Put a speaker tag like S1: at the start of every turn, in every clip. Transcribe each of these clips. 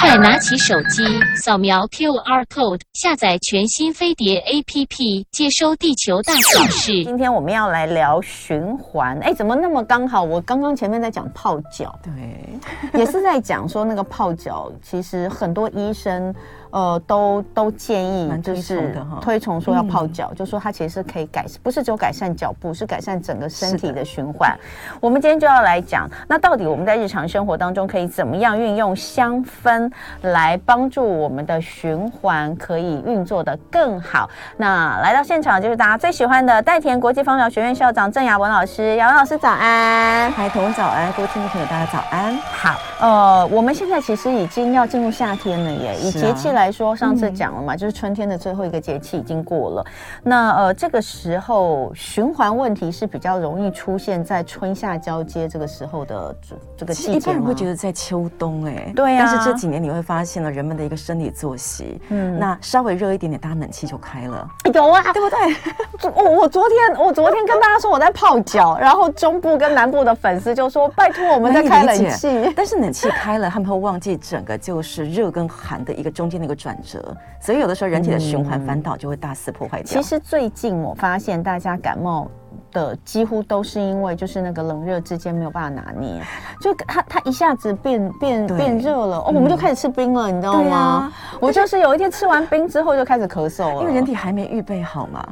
S1: 快拿起手机，扫描 QR code，下载全新飞碟 APP，接收地球大小事。
S2: 今天我们要来聊循环，哎，怎么那么刚好？我刚刚前面在讲泡 脚，
S3: 对，
S2: 也是在讲说那个泡脚，其实很多医生呃都都建议
S3: 蛮
S2: 就
S3: 推
S2: 是
S3: 崇的哈嗯
S2: 推崇说要泡脚，就说它其实是可以改，不是只有改善脚部，是改善整个身体的循环。我们今天就要来讲，那到底我们在日常生活当中可以怎么样运用香氛来帮助我们的循环可以运作的更好？那来到现场就是大家最喜欢的代田国际芳疗学院校长郑雅文老师，雅文老师早安。
S3: 孩童早安，各位听众朋友大家早安。
S2: 好，呃，我们现在其实已经要进入夏天了耶。以
S3: 是啊嗯
S2: 节气来说，上次讲了嘛，就是春天的最后一个节气已经过了。那呃，这个时候循环问题是比较容易出现在春夏交接这个时候的这这个
S3: 其实
S2: 季
S3: 一
S2: 节
S3: 般人
S2: 吗
S3: 会觉得在秋冬哎、
S2: 对啊
S3: 但是这几年你会发现了人们的一个生理作息，
S2: 嗯
S3: 嗯，那稍微热一点点，大家冷气就开了，
S2: 有啊，
S3: 对不对？
S2: 我我昨天我昨天跟大家说我在泡脚，然后中部跟南部的粉丝就说拜托我们在开
S3: 难以哎理
S2: 冷
S3: 解
S2: 气。
S3: 但是冷气开了，他们会忘记整个就是热跟寒的一个中间的一个转折，所以有的时候人体的循环反倒就会大肆破坏掉。
S2: 其实最近我发现大家感冒。的几乎都是因为就是那个冷热之间没有办法拿捏，就它它一下子变变
S3: 对嗯
S2: 变热了，哦，我们就开始吃冰了，你知道
S3: 对
S2: 吗
S3: 啊？
S2: 我就是有一天吃完冰之后就开始咳嗽了，
S3: 因为人体还没预备好嘛，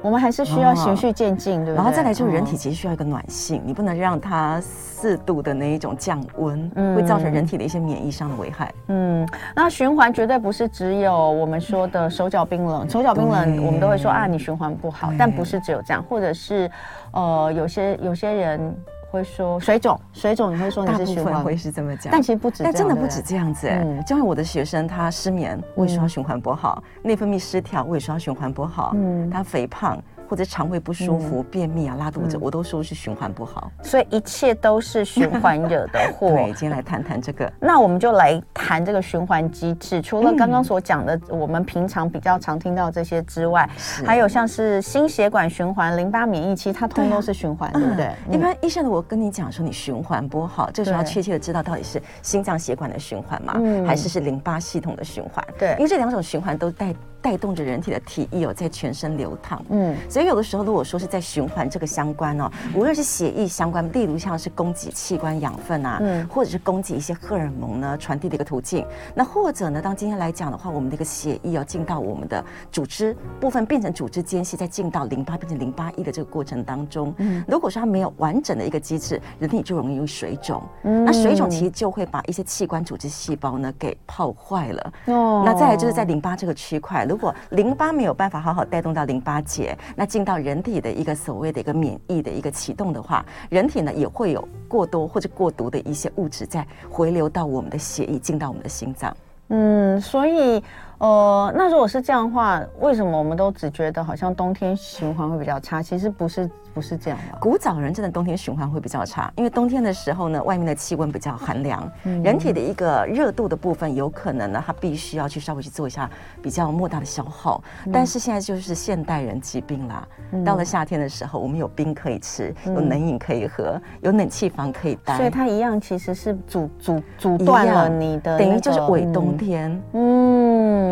S2: 我们还是需要
S3: 哦
S2: 循序渐进，对不对？
S3: 然后再来就是人体
S2: 嗯
S3: 其实需要一个暖性，你不能让它适度的那一种降温，
S2: 嗯
S3: 会造成人体的一些免疫上的危害。
S2: 嗯，那循环绝对不是只有我们说的手脚冰冷，手脚冰冷
S3: 对
S2: 我们都会说啊你循环不好，
S3: 对
S2: 但不是只有这样，或者是呃有些有些人会说水肿，水肿你会说你是
S3: 大部
S2: 循
S3: 分
S2: 环
S3: 会是这么讲，
S2: 但其实不止这样，
S3: 但真的
S2: 对
S3: 不
S2: 对
S3: 止这样子哎、
S2: 嗯
S3: 就像我的学生，他失眠，我也说他循环不好；内分泌失调，我也说他循环不好；
S2: 嗯
S3: 他肥胖或者肠胃不舒服、便秘啊、拉肚子，
S2: 嗯
S3: 我都说是循环不好。
S2: 所以一切都是循环惹的祸
S3: 对，。今天来谈谈这个。
S2: 那我们就来谈这个循环机制，除了刚刚所讲的我们平常比较常听到这些之外，
S3: 是
S2: 还有像是心血管循环、淋巴免疫，其实它通通都是循环，对不对？
S3: 啊嗯一般医生如果跟你讲说你循环不好，这时候要
S2: 对
S3: 确切的知道到底是心脏血管的循环嘛，
S2: 嗯
S3: 还是是淋巴系统的循环？
S2: 对
S3: 因为这两种循环都带带动着人体的体液哦，在全身流淌。
S2: 嗯
S3: 所以有的时候，如果说是在循环这个相关哦，无论是血液相关，例如像是供给器官养分啊，
S2: 嗯
S3: 或者是供给一些荷尔蒙呢传递的一个途径，那或者呢，当今天来讲的话，我们的一个血液要哦进到我们的组织部分，变成组织间隙，再进到淋巴变成淋巴液的这个过程当中，
S2: 嗯
S3: 如果说它没有完整的一个机制，人体就容易水肿。
S2: 嗯
S3: 那水肿其实就会把一些器官组织细胞呢给泡坏了。
S2: 哦
S3: 那再来就是在淋巴这个区块，如果淋巴没有办法好好带动到淋巴结，那进到人体的一个所谓的一个免疫的一个启动的话，人体呢也会有过多或者过毒的一些物质在回流到我们的血液，进到我们的心脏。
S2: 嗯，所以呃，那如果是这样的话，为什么我们都只觉得好像冬天循环会比较差？其实不是，不是这样吧？
S3: 古早人真的冬天循环会比较差，因为冬天的时候呢，外面的气温比较寒凉，
S2: 嗯
S3: 人体的一个热度的部分有可能呢，它必须要去稍微去做一下比较莫大的消耗。
S2: 嗯
S3: 但是现在就是现代人疾病啦，到了夏天的时候，我们有冰可以吃，有冷饮可以喝，有冷气房可以待，
S2: 嗯所以它一样，其实是阻阻阻
S3: 一
S2: 断了
S3: 样
S2: 你的、那
S3: 等于就是
S2: 个
S3: 伪
S2: 嗯
S3: 冬天。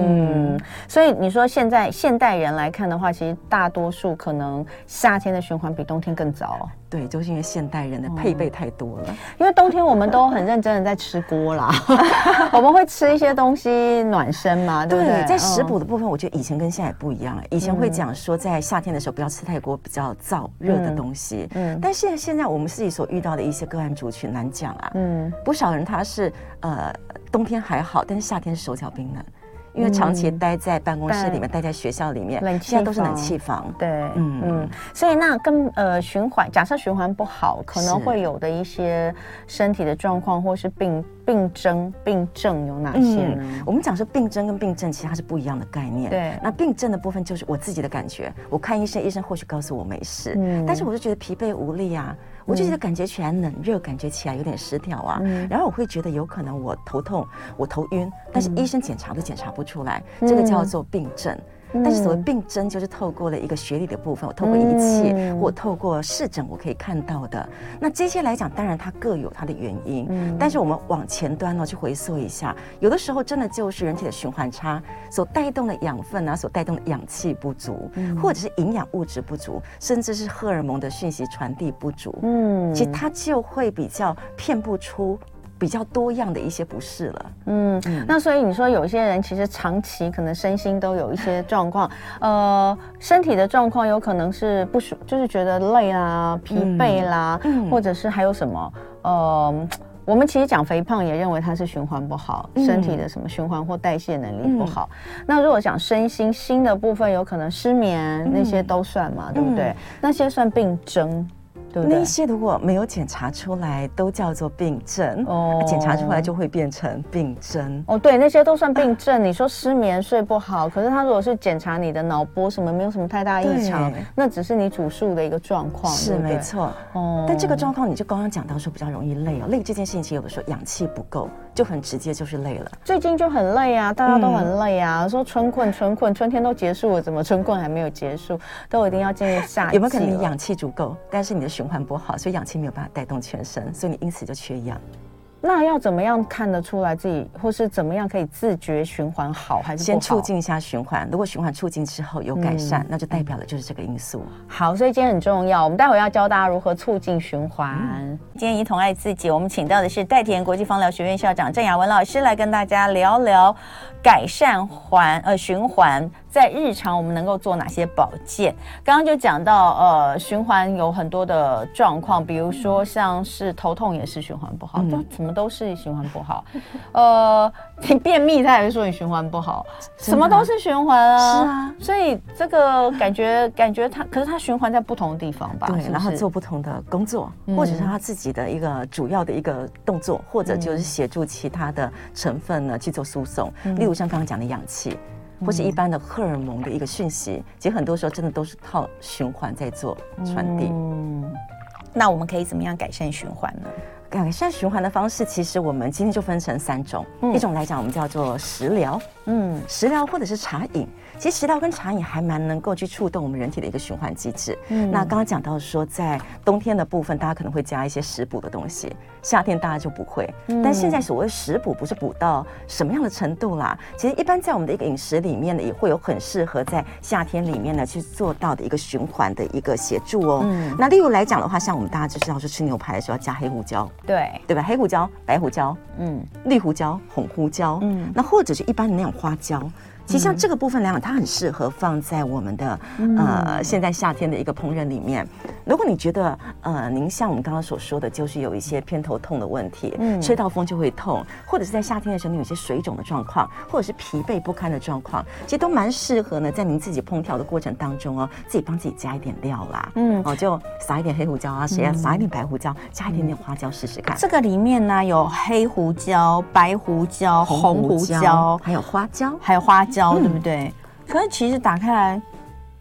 S2: 嗯，所以你说现在现代人来看的话，其实大多数可能夏天的循环比冬天更早，
S3: 对，就是因为现代人的配
S2: 哦
S3: 备太多了，
S2: 因为冬天我们都很认真的在吃锅 啦，我们会吃一些东西暖身嘛，对不对？嗯
S3: 在食补的部分，我觉得以前跟现在不一样了。以前会讲说，在夏天的时候不要吃太多比较燥热的东西，
S2: 嗯
S3: 嗯，但现在现在我们自己所遇到的一些个案族群难讲啊，
S2: 嗯，
S3: 不少人他是呃冬天还好，但是夏天手脚冰冷，因为长期待在办公室里面，待在学校里面
S2: 嗯冷，气
S3: 现在都是冷
S2: 房
S3: 气房，
S2: 对，嗯
S3: 嗯
S2: 所以那跟呃循环，假设循环不好，可能
S3: 是
S2: 会有的一些身体的状况或是病病症、病症有哪些呢？
S3: 我们讲说病症跟病症，其实它是不一样的概念。
S2: 嗯对
S3: 那病症的部分就是我自己的感觉，我看医生，医生或许告诉我没事，
S2: 嗯
S3: 但是我就觉得疲惫无力啊。我就觉得感觉起来冷热，感觉起来有点失调啊，
S2: 嗯
S3: 然后我会觉得有可
S2: 嗯
S3: 能我头痛，我头晕，但是医生检查都检查不出来，这个叫做病症。
S2: 嗯
S3: 但是所谓病症，就是透过了一个学历的部分，我透过仪器，
S2: 嗯
S3: 我透过视诊，我可以看到的。那这些来讲，当然它各有它的原因，
S2: 嗯
S3: 但是我们往前端呢哦去回溯一下，有的时候真的就是人体的循环差所带动的养分啊，所带动的氧气不足，
S2: 嗯
S3: 或者是营养物质不足，甚至是荷尔蒙的讯息传递不足。
S2: 嗯
S3: 其实它就会比较骗不出比较多样的一些不适了。
S2: 嗯，那所以你说有些人其实长期可能身心都有一些状况， 呃，身体的状况有可能是不舒，就是觉得累啦、疲惫啦，
S3: 嗯嗯
S2: 或者是还有什么，呃。我们其实讲肥胖，也认为它是循环不好，
S3: 嗯
S2: 身体的什么循环或代谢能力不好。那如果讲身心心的部分，有可能失眠、那些都算嘛，对不对？那些算病症，对不对
S3: 那？些如果没有检查出来，都叫做病症。
S2: 哦
S3: 哦，检查出来就会变成病症。
S2: 哦，对，那些都算
S3: 啊
S2: 病症。你说失眠、睡不好，可是他如果是检查你的脑波什么，没有什么太大异常
S3: 对，
S2: 那只是你主诉的一个状况，
S3: 是
S2: 对不对
S3: 没。错，
S2: 哦
S3: 但这个状况你就刚刚讲到说比较容易累哦，累这件事情其实有的时候氧气不够，就很直接就是累了。
S2: 最近就很累啊，大家都很累啊，
S3: 嗯
S2: 说春困春困，春天都结束了，怎么春困还没有结束？都一定要进入夏季了。
S3: 有没有可能你氧气足够，但是你的循环不好，所以氧气没有办法带动全身，所以你因此就缺氧。
S2: 那要怎么样看得出来自己，或是怎么样可以自觉循环好还是不
S3: 先
S2: 好？
S3: 促进一下循环，如果循环促进之后有改善，
S2: 嗯
S3: 那就代表了就是这个因素。
S2: 好，所以今天很重要，我们待会要教大家如何促进循环。今天一同爱自己，我们请到的是代田国际芳疗学院校长郑雅文老师来跟大家聊聊改善环呃循环，在日常我们能够做哪些保健。刚刚就讲到呃循环有很多的状况，比如说像是头痛也是循环不好，就什么都是循环不好。呃，你便秘他也会说你循环不 好，什么都是循环啊。
S3: 是啊
S2: 所以这个感觉，感觉它，可是它循环在不同的地方吧？
S3: 对，
S2: 是不
S3: 然后
S2: 是嗯
S3: 做不同的工作，或者是他自己的一个主要的一个动作，或者就是
S2: 嗯
S3: 协助其他的成分呢去做输送，例如像刚刚讲的氧气。
S2: 嗯
S3: 或是一般的荷尔蒙的一个讯息，其实很多时候真的都是靠循环在做传递。
S2: 嗯，那我们可以怎么样改善循环呢？
S3: 改善循环的方式，其实我们今天就分成三种，一种来讲我们叫做食疗，
S2: 嗯
S3: 食疗或者是茶饮，其实食疗跟茶饮还蛮能够去触动我们人体的一个循环机制。
S2: 嗯
S3: 那刚刚讲到说，在冬天的部分，大家可能会加一些食补的东西，夏天大家就不会。但现在所谓食补，不是补到什么样的程度啦？其实一般在我们的一个饮食里面呢，也会有很适合在夏天里面呢去做到的一个循环的一个协助哦。那例如来讲的话，像我们大家就知道说吃牛排的时候要加黑胡椒，
S2: 对，
S3: 对吧？黑胡椒、白胡椒，
S2: 嗯
S3: 绿胡椒、红胡椒，
S2: 嗯
S3: 嗯，那或者是一般的那种花椒。其实像这个部分来讲，它很适合放在我们的、呃现在夏天的一个烹饪里面。如果你觉得呃您像我们刚刚所说的，就是有一些偏头痛的问题，
S2: 嗯
S3: 吹到风就会痛，或者是在夏天的时候你有一些水肿的状况，或者是疲惫不堪的状况，其实都蛮适合呢，在您自己烹调的过程当中哦，自己帮自己加一点料啦，
S2: 嗯
S3: 嗯，哦就撒一点黑胡椒啊，谁啊撒一点白胡椒，加一点点花椒试试看。
S4: 这个里面呢有黑胡椒、白胡椒、红胡椒，
S3: 还有花椒，
S4: 还有花椒，对不对？可是其实打开来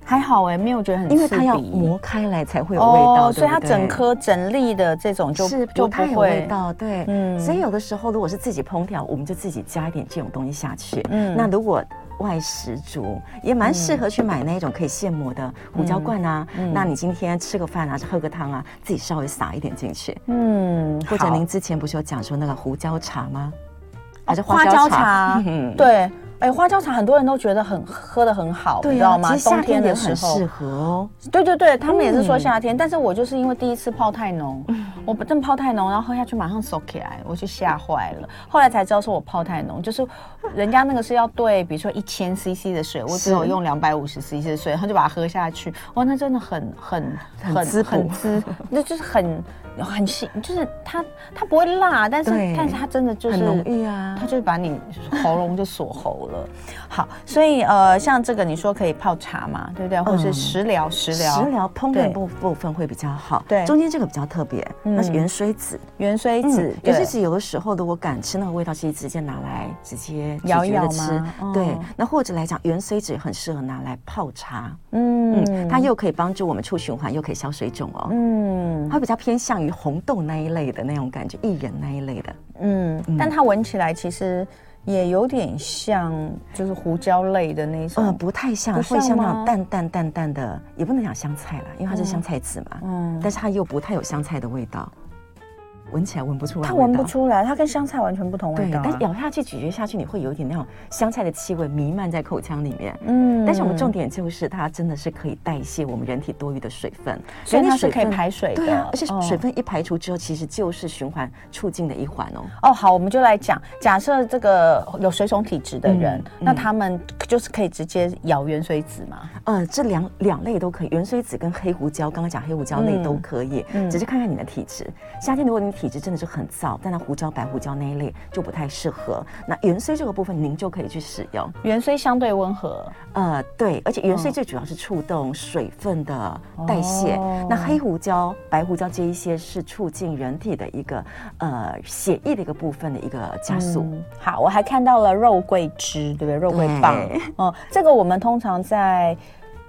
S4: 还好哎，没有觉得很刺
S3: 因
S4: 鼻，哦
S3: 为它要磨开来才会有味道，
S4: 所以它
S3: 对不对
S4: 整颗整粒的这种就是就不
S3: 不太有味
S4: 会。
S3: 道，对，
S4: 嗯
S3: 所以有的时候如果是自己烹调，我们就自己加一点这种东西下去，
S2: 嗯
S3: 那如果。外食族也蛮适合去买那种可以现磨的胡椒罐啊，
S4: 嗯
S3: 那你今天吃个饭啊，喝个汤啊，自己稍微撒一点进去，
S2: 嗯，
S3: 或者
S2: 好
S3: 您之前不是有讲说那个胡椒茶吗？还是
S4: 哦花椒茶
S3: 嗯
S2: 对，哎，花椒茶很多人都觉得很喝的很好，你
S3: 对
S2: 知道
S3: 啊，
S2: 吗？
S3: 其实夏
S2: 冬
S3: 天
S2: 天
S3: 也
S2: 的时
S3: 很
S2: 候
S3: 适，合哦。
S2: 对对对，他们也是说
S3: 嗯
S2: 夏天，但是我就是因为第一次泡太浓，我不但泡太浓，然后喝下去马上收起来，我就吓坏了。后来才知道说我泡太浓，就是人家那个是要兑，比如说一千 CC 的水，我只
S3: 是
S2: 有用两百五十 CC 的水，然后就把它喝下去，哇，那真的很很
S3: 很滋补
S2: 很 滋，那就是很很细，就是它它不会辣，但是
S3: 对
S2: 但是它真的就是
S3: 很浓郁啊
S2: 它就是把你喉咙就锁喉了。
S4: 好，所以呃，像这个你说可以泡茶嘛，对不对？或者是食疗，食疗，
S3: 食疗烹
S4: 对
S3: 饪部部分会比较好。
S4: 对
S3: 中间这个比较特别，那是圆锥子。
S4: 元荽子，
S2: 嗯
S3: 有些
S4: 对
S3: 籽有的时候如果敢吃那个味道，其实直接拿来直接
S4: 摇
S3: 直
S4: 一
S3: 觉
S4: 摇
S3: 地吃
S4: 吗哦。
S3: 对，那或者来讲，圆锥籽很适合拿来泡茶。
S2: 嗯
S3: 嗯，它又可以帮助我们促循环，又可以消水肿哦。
S2: 嗯
S3: 它比较偏向于红豆那一类的那种感觉，薏仁那一类的。
S2: 嗯
S4: 嗯，但它闻起来其实
S2: 也有点像就是胡椒类的那
S4: 哦
S3: 呃，
S2: 种，
S3: 不太像，
S2: 不
S3: 会像
S2: 像
S3: 那种
S2: 吗
S3: 淡淡淡淡的，也不能讲香菜啦，因为它是
S4: 哦
S3: 香菜籽嘛，
S2: 嗯，
S3: 但是它又不太有香菜的味道，闻起来闻不出来
S2: 它
S3: 味道。
S2: 闻不出来，它跟香菜完全不同
S3: 对，
S2: 味道啊、
S3: 但是咬下去、咀嚼下去，你会有一点那种香菜的气味弥漫在口腔里面。
S2: 嗯
S3: 但是我们重，点就是它真的是可以代谢我们人体多余的水分，
S2: 所以
S3: 人体
S2: 它是
S3: 水
S2: 可以
S3: 分
S2: 排水的，
S3: 对啊，而且
S2: 哦
S3: 水分一排除之后，其实就是循环促进的一环哦。
S2: 哦，好，我们就来讲，假设这个有水肿体质的人，
S3: 嗯
S2: 那
S3: 嗯
S2: 他们就是可以直接咬原水子嘛？
S3: 呃，这两两类都可以，原水子跟黑胡椒，刚刚讲黑胡椒类都可以，
S2: 嗯嗯
S3: 只是看看你的体质。夏天如果你体质真的是很燥，但那胡椒、白胡椒那一类就不太适合。那原水这个部分您就可以去使用。
S2: 原虽相对温和，
S3: 呃，对，而且原萃最主要是触动水分的代谢，
S2: 嗯哦
S3: 那黑胡椒、白胡椒这一些是促进人体的一个呃血液的一个部分的一个加速。
S2: 嗯好，我还看到了肉桂枝，对不对？肉桂棒
S3: 对，
S2: 哦、这个我们通常在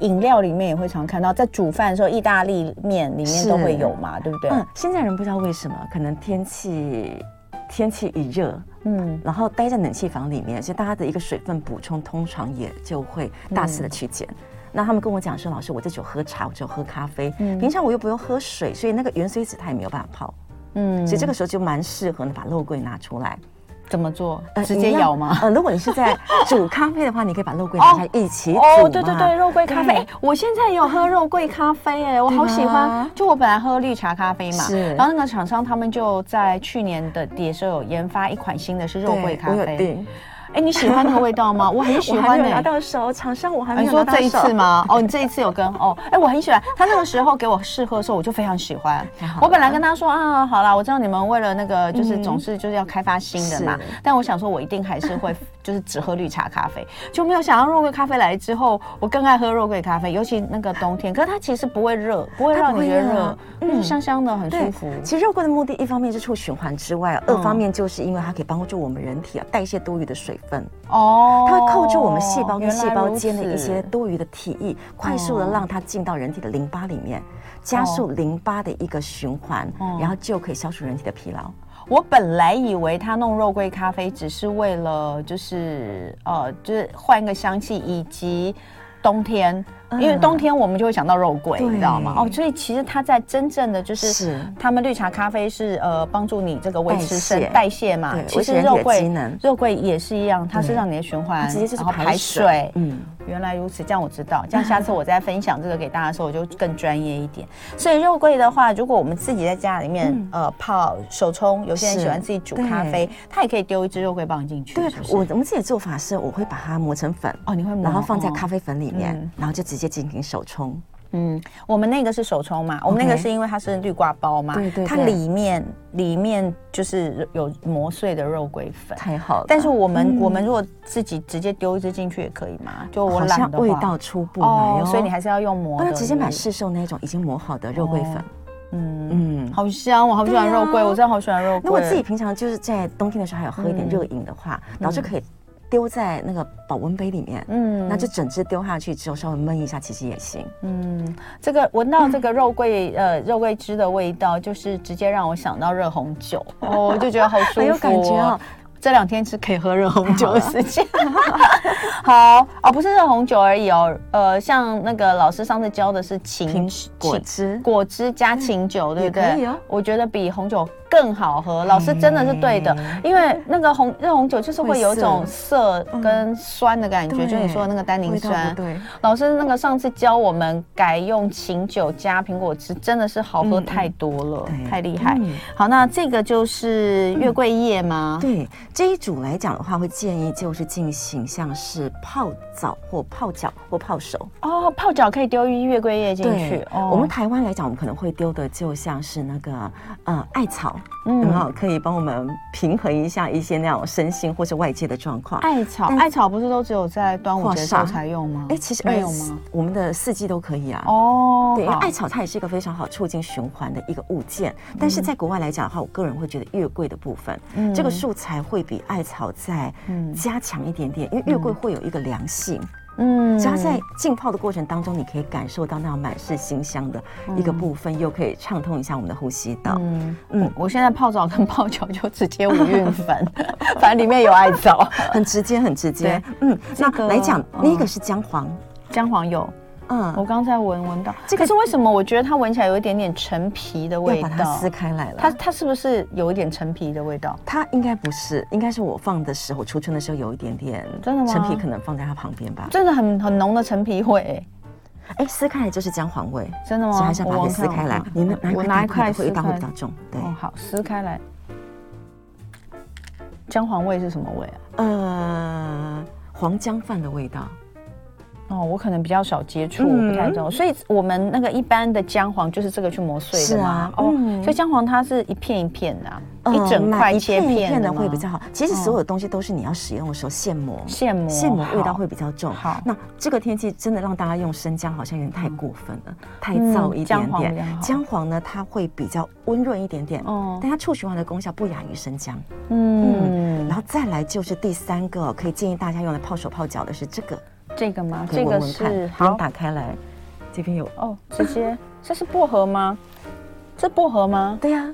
S2: 饮料里面也会常看到，在煮饭的时候，意大利面里面
S3: 是
S2: 都会有嘛，对不对？
S3: 嗯，现在人不知道为什么，可能天气天气一热，
S2: 嗯，
S3: 然后待在冷气房里面，其实大家的一个水分补充通常也就会大
S2: 嗯
S3: 肆的去减。那他们跟我讲说，老师，我这酒喝茶，我只有喝咖啡，平常我又不用喝水，所以那个原水子它也没有办法泡，
S2: 嗯，
S3: 所以这个时候就蛮适合呢把肉桂拿出来，
S2: 怎么做
S3: 呃？
S2: 直接咬吗？
S3: 一样？呃，如果你是 在煮咖啡的话，你可以把肉桂拿下来一起煮嘛
S2: 哦，对对对，，肉桂咖啡，
S3: 对
S2: 哎我现在也有喝肉桂咖啡，哎，我好喜
S3: 对
S2: 欢
S3: 吧。
S2: 就我本来喝绿茶咖啡嘛，
S3: 是
S2: 然后那个厂商他们就在去年的底的时候有研发一款新的是肉
S3: 对
S2: 桂咖
S3: 我有
S2: 啡。
S3: 订，
S2: 哎，你喜欢那个味道吗？我很喜
S3: 我还
S2: 欢
S3: 没有拿
S2: 哎。
S3: 到啊手，厂商我还
S2: 哎
S3: 没
S2: 你
S3: 有
S2: 说
S3: 拿到手。
S2: 这一次？吗？哦，你这一次有跟哦，哎，我很喜欢他那个时候给我试喝的时候，我就非常喜欢
S3: 太好。了
S2: 我本来跟他说啊，好啦，我知道你们为了那个就是
S3: 嗯
S2: 总是就是要开发新的嘛
S3: 是，
S2: 但我想说我一定还是会 就是只喝绿茶咖啡，就没有想到肉桂咖啡来之后，我更爱喝肉桂咖啡，尤其那个冬天，可是它其实不会热，不会
S3: 它
S2: 让
S3: 不
S2: 你
S3: 会
S2: 觉得
S3: 热嗯
S2: 热，就是香香的，很舒
S3: 对
S2: 服，。
S3: 其实肉桂的目的，一方面是促循环之外，
S2: 嗯
S3: 二方面就是因为它可以帮助我们人体啊代谢多余的水分，
S2: 哦
S3: 它会扣住我们细胞跟
S2: 原来
S3: 细胞
S2: 如
S3: 间的一
S2: 此哦
S3: 些多余的体液，快速的让它进到人体的淋巴里面，加速淋巴的一个循环，
S2: 哦
S3: 然后就可以消除人体的疲劳。
S2: 我本来以为他弄肉桂咖啡只是为了就是呃，就是换一个香气以及。冬天，
S3: 嗯
S2: 因为冬天我们就会想到肉桂，
S3: 对
S2: 你知道吗？哦，所以其实它在真正的就是，
S3: 是
S2: 他们绿茶咖啡是呃帮助你这个维持身
S3: 代谢
S2: 代谢嘛
S3: 对，
S2: 其
S3: 维持
S2: 实
S3: 人体的
S2: 肉桂
S3: 机能
S2: 肉桂也是一样，它是
S3: 对
S2: 让你的循环
S3: 它直接就是
S2: 然后
S3: 排水嗯。
S2: 原来如此，这样我知道。这样下次我再分享这个给大家的时候，我就更专业一点。 所以肉桂的话，如果我们自己在家里面、呃泡手冲，有些人
S3: 是
S2: 喜欢自己煮
S3: 嗯对
S2: 咖啡，他也可以丢一支肉桂棒进去。
S3: 对
S2: 是不是
S3: 我我们自己的做法是，我会把它磨成粉，
S2: 哦，你会磨，
S3: 然后放在
S2: 哦
S3: 咖啡粉里面，
S2: 嗯
S3: 然后就直接进行手冲。
S2: 嗯，我们那个是手冲嘛，我们那个
S3: OK
S2: 是因为它是绿挂包嘛，
S3: 对对对
S2: 它里面里面就是有磨碎的肉桂粉。
S3: 太好了！
S2: 但是我
S3: 嗯
S2: 们、我们如果自己直接丢一支进去也可以嘛，就我
S3: 好
S2: 懒
S3: 像
S2: 的话
S3: 味道出不来
S2: 哦
S3: 哦，，
S2: 所以你还是要用磨的。
S3: 不能直接买
S2: 是
S3: 市售那种已经磨好的肉桂粉。
S2: 不是嗯
S3: 嗯，
S2: 好香，我好喜欢肉桂，
S3: 对啊
S2: 我真的好喜欢肉桂。
S3: 如果自己平常就是在冬天的时候还有喝一
S2: 嗯
S3: 点热饮的话，然后就可以丢在那个保温杯里面，
S2: 嗯
S3: 那就整只丢下去之后稍微焖一下，其实也行。
S2: 嗯，这个闻到这个肉桂呃肉桂汁的味道，就是直接让我想到热红 酒，哦，我就觉得好舒服、哦，
S3: 很有感觉哦。
S2: 这两天是可以喝热红酒的时 间，好哦，不是热红酒而已哦，呃，像那个老师上次教的是
S3: 苹
S2: 琴
S3: 果
S2: 琴
S3: 汁，
S2: 果汁加琴酒，对不对？
S3: 也可以嗯哦
S2: 我觉得比红酒更好喝，老师真的是对的，因为那个红热红酒就是会有一种
S3: 会
S2: 涩跟酸的感觉，
S3: 对
S2: 就你说的那个单宁
S3: 味道
S2: 酸
S3: 不。对，
S2: 老师那个上次教我们改用琴酒加苹果汁，真的是好喝
S3: 嗯嗯
S2: 太多了，
S3: 对
S2: 太厉害。
S3: 嗯
S2: 好，那这个就是月桂叶吗？
S3: 对这一组来讲的话，会建议就是进行像是泡澡或泡脚或泡手。
S2: 哦，泡脚可以丢月桂叶进去
S3: 嗯对。，
S2: 哦
S3: 我们台湾来讲，我们可能会丢的就像是那个呃艾草，
S2: 嗯
S3: 然后可以帮我们平衡一下一些那种身心或是外界的状况。
S2: 艾草，
S3: 但
S2: 艾草不是都只有在端午节的时候
S3: 或杀
S2: 才用吗？
S3: 哎，其实
S2: 没
S3: 二
S2: 有
S3: 十
S2: 吗？
S3: 我们的四季都可以啊。
S2: 哦，
S3: 对，因为
S2: 好
S3: 艾草它也是一个非常好促进循环的一个物件，但是在国外来讲的话，我个人会觉得月桂的部分，
S2: 嗯
S3: 这个素材会比艾草再
S2: 嗯
S3: 加强一点点，因为月桂会有一个凉性，
S2: 嗯
S3: 所以它在浸泡的过程当中，你可以感受到那种满是馨香的一个部分，又可以畅通一下我们的呼吸道。
S2: 嗯
S3: 嗯，
S2: 我现在泡澡跟泡脚就直接无韵 粉，反正里面有艾草、
S3: 很直接，很直接
S2: 对。
S3: 嗯，
S2: 这
S3: 那
S2: 个
S3: 来讲，
S2: 嗯
S3: 那个是姜黄，
S2: 姜黄油。我
S3: 嗯，
S2: 刚才闻闻到，这
S3: 这个
S2: 个是为什么？我觉得它闻起来有一点点陈皮的味
S3: 要把它
S2: 道
S3: 撕。开来了。
S2: 它它是不是有一点陈皮的味道？
S3: 它应该不是，应该是我放的时候，储存的时候有一点点，
S2: 真的吗
S3: 陈皮可能放在它旁边吧。
S2: 真的很很浓的陈皮味、欸
S3: 哎，撕开来就是姜黄味，
S2: 真的吗？
S3: 所以还是要
S2: 我
S3: 把它
S2: 闻
S3: 给撕
S2: 看
S3: 开来
S2: 我。看
S3: 你拿
S2: 我
S3: 拿
S2: 拿
S3: 一
S2: 一块
S3: 块大块的味
S2: 撕
S3: 道会
S2: 开
S3: 比较重，对。
S2: 哦，好，撕开来。姜黄味是什么味啊？
S3: 呃，黄姜饭的味道，
S2: 哦，我可能比较少接触，
S3: 嗯
S2: 我不太懂。所以我们那个一般的姜黄就是这个去磨碎
S3: 是
S2: 的
S3: 啊
S2: 嘛。哦，
S3: 嗯
S2: 所以姜黄它是一片一片的啊、
S3: 呃
S2: 一整
S3: 买
S2: 块切
S3: 片一片的
S2: 吗
S3: 会比较好。其实所有东西都是你要使用的时候现磨，
S2: 现磨，
S3: 现磨味道
S2: 好
S3: 会比较重。
S2: 好
S3: 那这个天气真的让大家用生姜好像有点太过分了，太燥一点
S2: 姜黄比较
S3: 点。
S2: 好
S3: 姜黄呢，它会比较温润一点点，
S2: 哦
S3: 但它促循环的功效不亚于生姜。
S2: 嗯，
S3: 然后再来就是第三个可以建议大家用来泡手泡脚的是这个，
S2: 这个吗？
S3: 可
S2: 这
S3: 以
S2: 个
S3: 闻闻看
S2: 是，
S3: 不用打开来，这边有。
S2: 哦，直接这是薄荷吗？这薄荷吗？
S3: 对呀，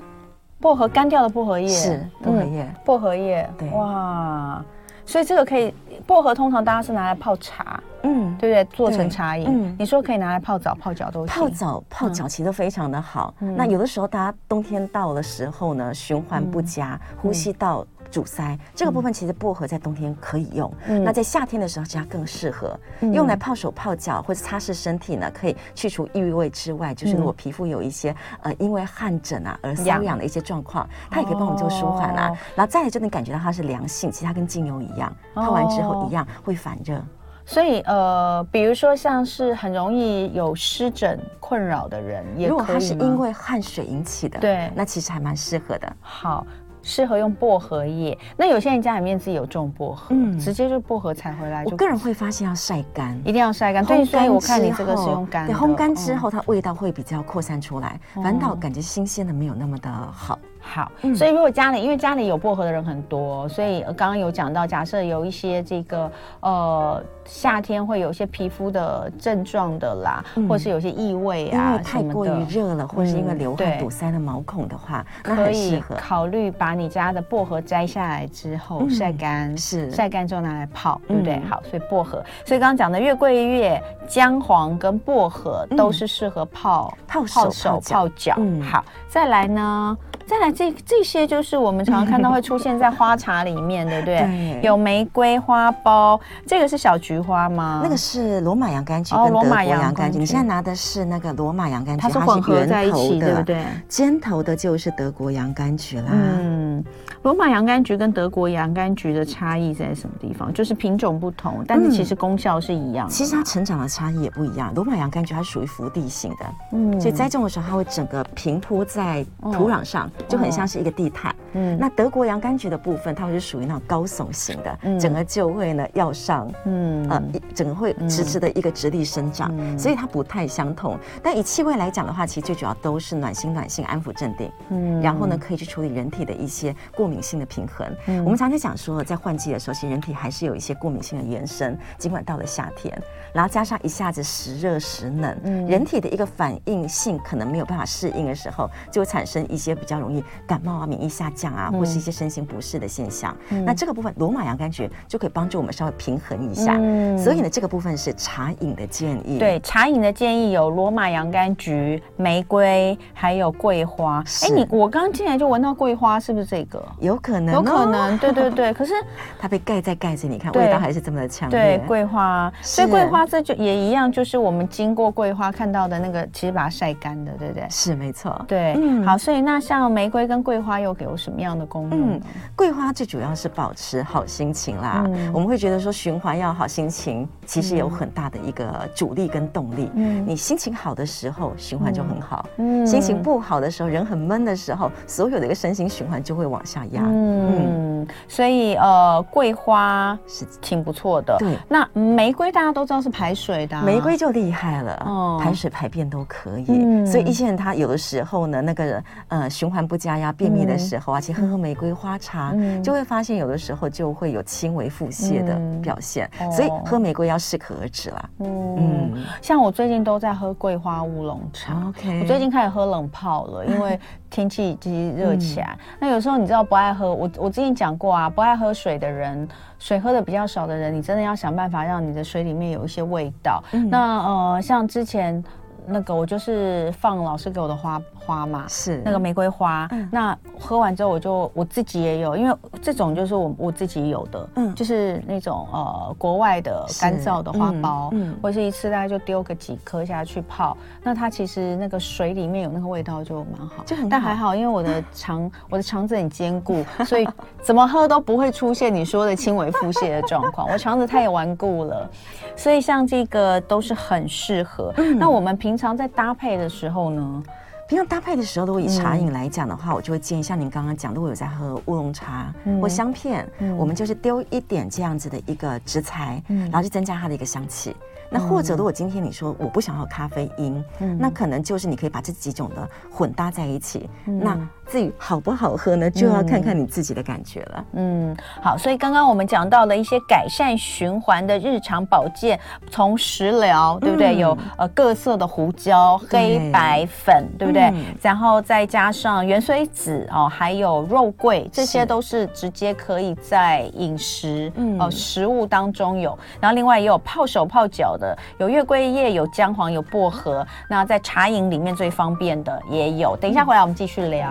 S2: 薄荷干掉的薄荷叶
S3: 是薄荷叶。
S2: 嗯薄荷叶，
S3: 对
S2: 哇，所以这个可以，薄荷通常大家是拿来泡茶，
S3: 嗯，
S2: 对不对？做成
S3: 对
S2: 茶饮，
S3: 嗯
S2: 你说可以拿来泡澡、泡脚都行。
S3: 泡澡、泡
S2: 嗯
S3: 脚其实都非常的好。那有的时候大家冬天到的时候呢，循环
S2: 嗯
S3: 不佳，呼吸道阻塞，这个部分其实薄荷在冬天可以用。
S2: 嗯
S3: 那在夏天的时候，其实它更适合、用来泡手、泡脚或者擦拭身体呢，可以去除异味之外，就是如果皮肤有一些、呃因为汗疹啊而瘙
S2: 嗯痒
S3: 痒的一些状况，它也可以帮我们做舒缓啊。
S2: 哦
S3: 然后再来就能感觉到它是良性，其实它跟精油一样，泡完之后
S2: 哦
S3: 一样会反热。
S2: 所以呃，比如说像是很容易有湿疹困扰的人，也
S3: 如果
S2: 可以
S3: 它是
S2: 吗
S3: 因为汗水引起的，
S2: 对
S3: 那其实还蛮适合的。
S2: 好。适合用薄荷叶，那有些人家里面自己有种薄荷，
S3: 嗯
S2: 直接就薄荷采回来就。
S3: 我个人会发现要晒干。
S2: 一定要晒干，对，所以我看你这个是用干的，
S3: 对，烘干
S2: 嗯哦
S3: 之后它味道会比较扩散出来，反倒感觉新鲜的没有那么的好。
S2: 好
S3: 嗯，
S2: 所以如果家里因为家里有薄荷的人很多，所以呃刚刚有讲到，假设有一些这个呃夏天会有一些皮肤的症状的啦，
S3: 嗯
S2: 或是有些异味
S3: 因
S2: 啊
S3: 为太
S2: 什么
S3: 过于
S2: 的。
S3: 热了，或是因为
S2: 嗯
S3: 流汗
S2: 对
S3: 堵塞了毛孔的话，那
S2: 可
S3: 很适
S2: 以
S3: 合。
S2: 考虑把你家的薄荷摘下来之后
S3: 嗯
S2: 晒干，
S3: 是
S2: 晒干之后拿来泡，对不对？
S3: 嗯
S2: 好，所以薄荷，所以刚刚讲的月桂叶、姜黄跟薄荷都是适合泡
S3: 嗯泡手泡脚
S2: 泡脚
S3: 嗯。
S2: 好，再来呢，再来这这些就是我们常常看到会出现在花茶里 面，对不对
S3: 对？
S2: 有玫瑰花苞，这个是小菊花吗？
S3: 那个是罗马洋甘菊
S2: 嗯哦
S3: 跟德
S2: 罗
S3: 国
S2: 马洋
S3: 洋甘
S2: 甘
S3: 菊，
S2: 菊
S3: 你现在拿的是那个罗马洋甘菊，
S2: 它是混合
S3: 圆
S2: 在一
S3: 头
S2: 起，
S3: 的
S2: 对不对？
S3: 尖头的就是德国洋甘菊啦。
S2: 嗯，罗马洋甘菊跟德国洋甘菊的差异在什么地方？就是品种不同，但是其实功效是一样的。
S3: 其实它成长的差异也不一样，罗马洋甘菊它属于伏地型的，
S2: 嗯
S3: 所以栽种的时候，它会整个平铺在土壤上，
S2: 哦
S3: 就很像是一个地毯。
S2: 嗯
S3: 那德国洋甘菊的部分，它们是属于那种高耸型的，
S2: 嗯
S3: 整个就会呢要上。
S2: 嗯
S3: 呃，一整个会直直的一个直立生长，所以它不太相同。但以气味来讲的话，其实最主要都是暖心、暖性、安抚、镇定。
S2: 嗯嗯
S3: 然后呢，可以去处理人体的一些过敏性的平衡。我们常常讲说，在换季的时候，其实人体还是有一些过敏性的延伸，尽管到了夏天，然后加上一下子时热时冷，
S2: 嗯
S3: 人体的一个反应性可能没有办法适应的时候，就会产生一些比较容易感冒啊、免疫下降啊，
S2: 嗯
S3: 或是一些身心不适的现象。那这个部分，罗马洋甘菊就可以帮助我们稍微平衡一下。
S2: 嗯
S3: 所以呢，这个部分是茶饮的建议。
S2: 对茶饮的建议有罗马洋甘菊、玫瑰，还有桂花。哎，
S3: 是
S2: 你我刚进来就闻到桂花，是不是这个？
S3: 有可能、啊哦
S2: 有可，能，对对 对。可是
S3: 它被盖在盖子，你看
S2: 对
S3: 味道还是这么的强烈。
S2: 对桂花，所以
S3: 是
S2: 桂花这就也一样，就是我们经过桂花看到的那个，其实把它晒干的，对不对？
S3: 是没错。
S2: 对，
S3: 嗯
S2: 好，所以那像玫瑰跟桂花又有什么样的功用
S3: 嗯
S2: 呢？，
S3: 桂花最主要是保持好心情啦。
S2: 嗯
S3: 我们会觉得说循环要好心情，其实有很大的一个阻力跟动力。
S2: 嗯
S3: 你心情好的时候，循环就很好；
S2: 嗯
S3: 心情不好的时候，人很闷的时候，所有的一个身心循环就会往下压。
S2: 嗯，所以呃，桂花
S3: 是
S2: 挺不错的。
S3: 对，
S2: 那玫瑰大家都知道是排水的啊、
S3: 玫瑰就厉害了，
S2: 哦
S3: 排水排便都可以。
S2: 嗯
S3: 所以一些人他有的时候呢，那个呃循环不佳呀、便秘的时
S2: 嗯
S3: 候啊，去喝喝玫瑰花茶，就会发现有的时候就会有轻微腹泻的表现。
S2: 哦
S3: 所以喝玫瑰要适可而止啦。
S2: 嗯，
S3: 嗯
S2: 像我最近都在喝桂花乌龙茶。
S3: ，OK。
S2: 我最近开始喝冷泡了，因为天气其实热起来。那有时候你知道不爱喝，我我之前讲过啊，不爱喝水的人，水喝的比较少的人，你真的要想办法让你的水里面有一些味道。那呃，像之前那个我就是放老师给我的花花嘛，
S3: 是
S2: 那个玫瑰花，
S3: 嗯
S2: 那喝完之后我就我自己也有，因为这种就是我我自己有的，
S3: 嗯
S2: 就是那种呃国外的
S3: 是
S2: 干燥的花苞，
S3: 嗯嗯
S2: 或者是一次大概就丢个几颗下去泡，那它其实那个水里面有那个味道就蛮好，
S3: 就很好
S2: 但还好，因为我 的肠我的肠子很坚固，所以怎么喝都不会出现你说的轻微腹泻的状况，我肠子太顽固了，所以像这个都是很适合。
S3: 嗯
S2: 那我们平常在搭配的时候呢，
S3: 平常搭配的时候，如果以茶饮来讲的话，我就会建议像您刚刚讲，如果有在喝乌龙茶或香片，我们就是丢一点这样子的一个植材，然后去增加它的一个香气。那或者，如果今天你说我不想要咖啡因，那可能就是你可以把这几种的混搭在一起。那至于好不好喝呢，就要看看你自己的感觉了。
S2: 嗯，好，所以刚刚我们讲到了一些改善循环的日常保健，从食疗，对不对？
S3: 嗯
S2: 有呃各色的胡椒、
S3: 对
S2: 黑白粉，对不对？
S3: 嗯
S2: 然后再加上原水子哦，还有肉桂，这些
S3: 是
S2: 都是直接可以在饮食
S3: 嗯
S2: 哦食物当中有。然后另外也有泡手泡脚的，有月桂叶，有姜黄，有薄荷。那在茶饮里面最方便的也有。等一下回来我们继续聊。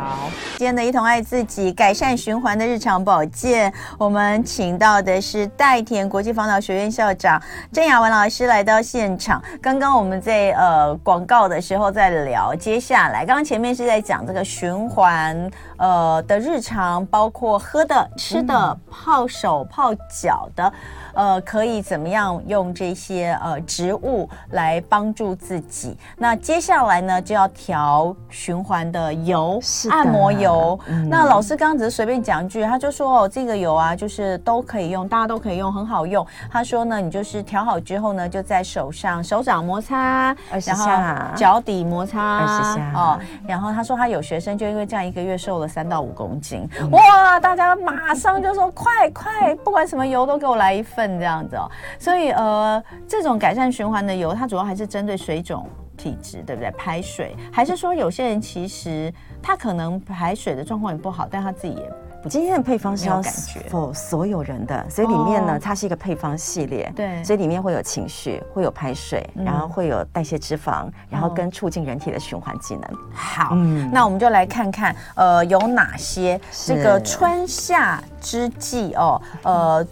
S2: 今天的《一同爱自己》改善循环的日常保健，我们请到的是代田国际防老学院校长郑雅文老师来到现场。刚刚我们在呃广告的时候在聊，接下来刚刚前面是在讲这个循环呃的日常，包括喝的、吃的、泡手、泡脚的，呃，可以怎么样用这些呃植物来帮助自己？那接下来呢就要调循环的油，
S3: 是的
S2: 按摩油。
S3: 嗯
S2: 那老师刚刚只是随便讲一句，他就说哦，这个油啊，就是都可以用，大家都可以用，很好用。他说呢，你就是调好之后呢，就在手上手掌摩擦，
S3: 20
S2: 然后
S3: 下
S2: 脚底摩擦，
S3: 20下
S2: 哦。然后他说他有学生就因为这样一个月瘦了三到五公斤，哇！大家马上就说快快，不管什么油都给我来一份这样子哦。所以呃，这种改善循环的油，它主要还是针对水肿。体质对不对？排水，还是说有些人其实他可能排水的状况也不好，但他自己也不
S3: 今天的配方是
S2: 没
S3: 要
S2: 有感觉
S3: for 所有人的，所以里面呢，
S2: 哦
S3: 它是一个配方系列，
S2: 对嗯
S3: 所以里面会有情绪，会有排水，然后会有代谢脂肪，然后
S2: 哦
S3: 跟促进人体的循环机能。
S2: 好。
S3: 嗯
S2: 那我们就来看看，呃，有哪些
S3: 是
S2: 这个春夏之际哦，呃，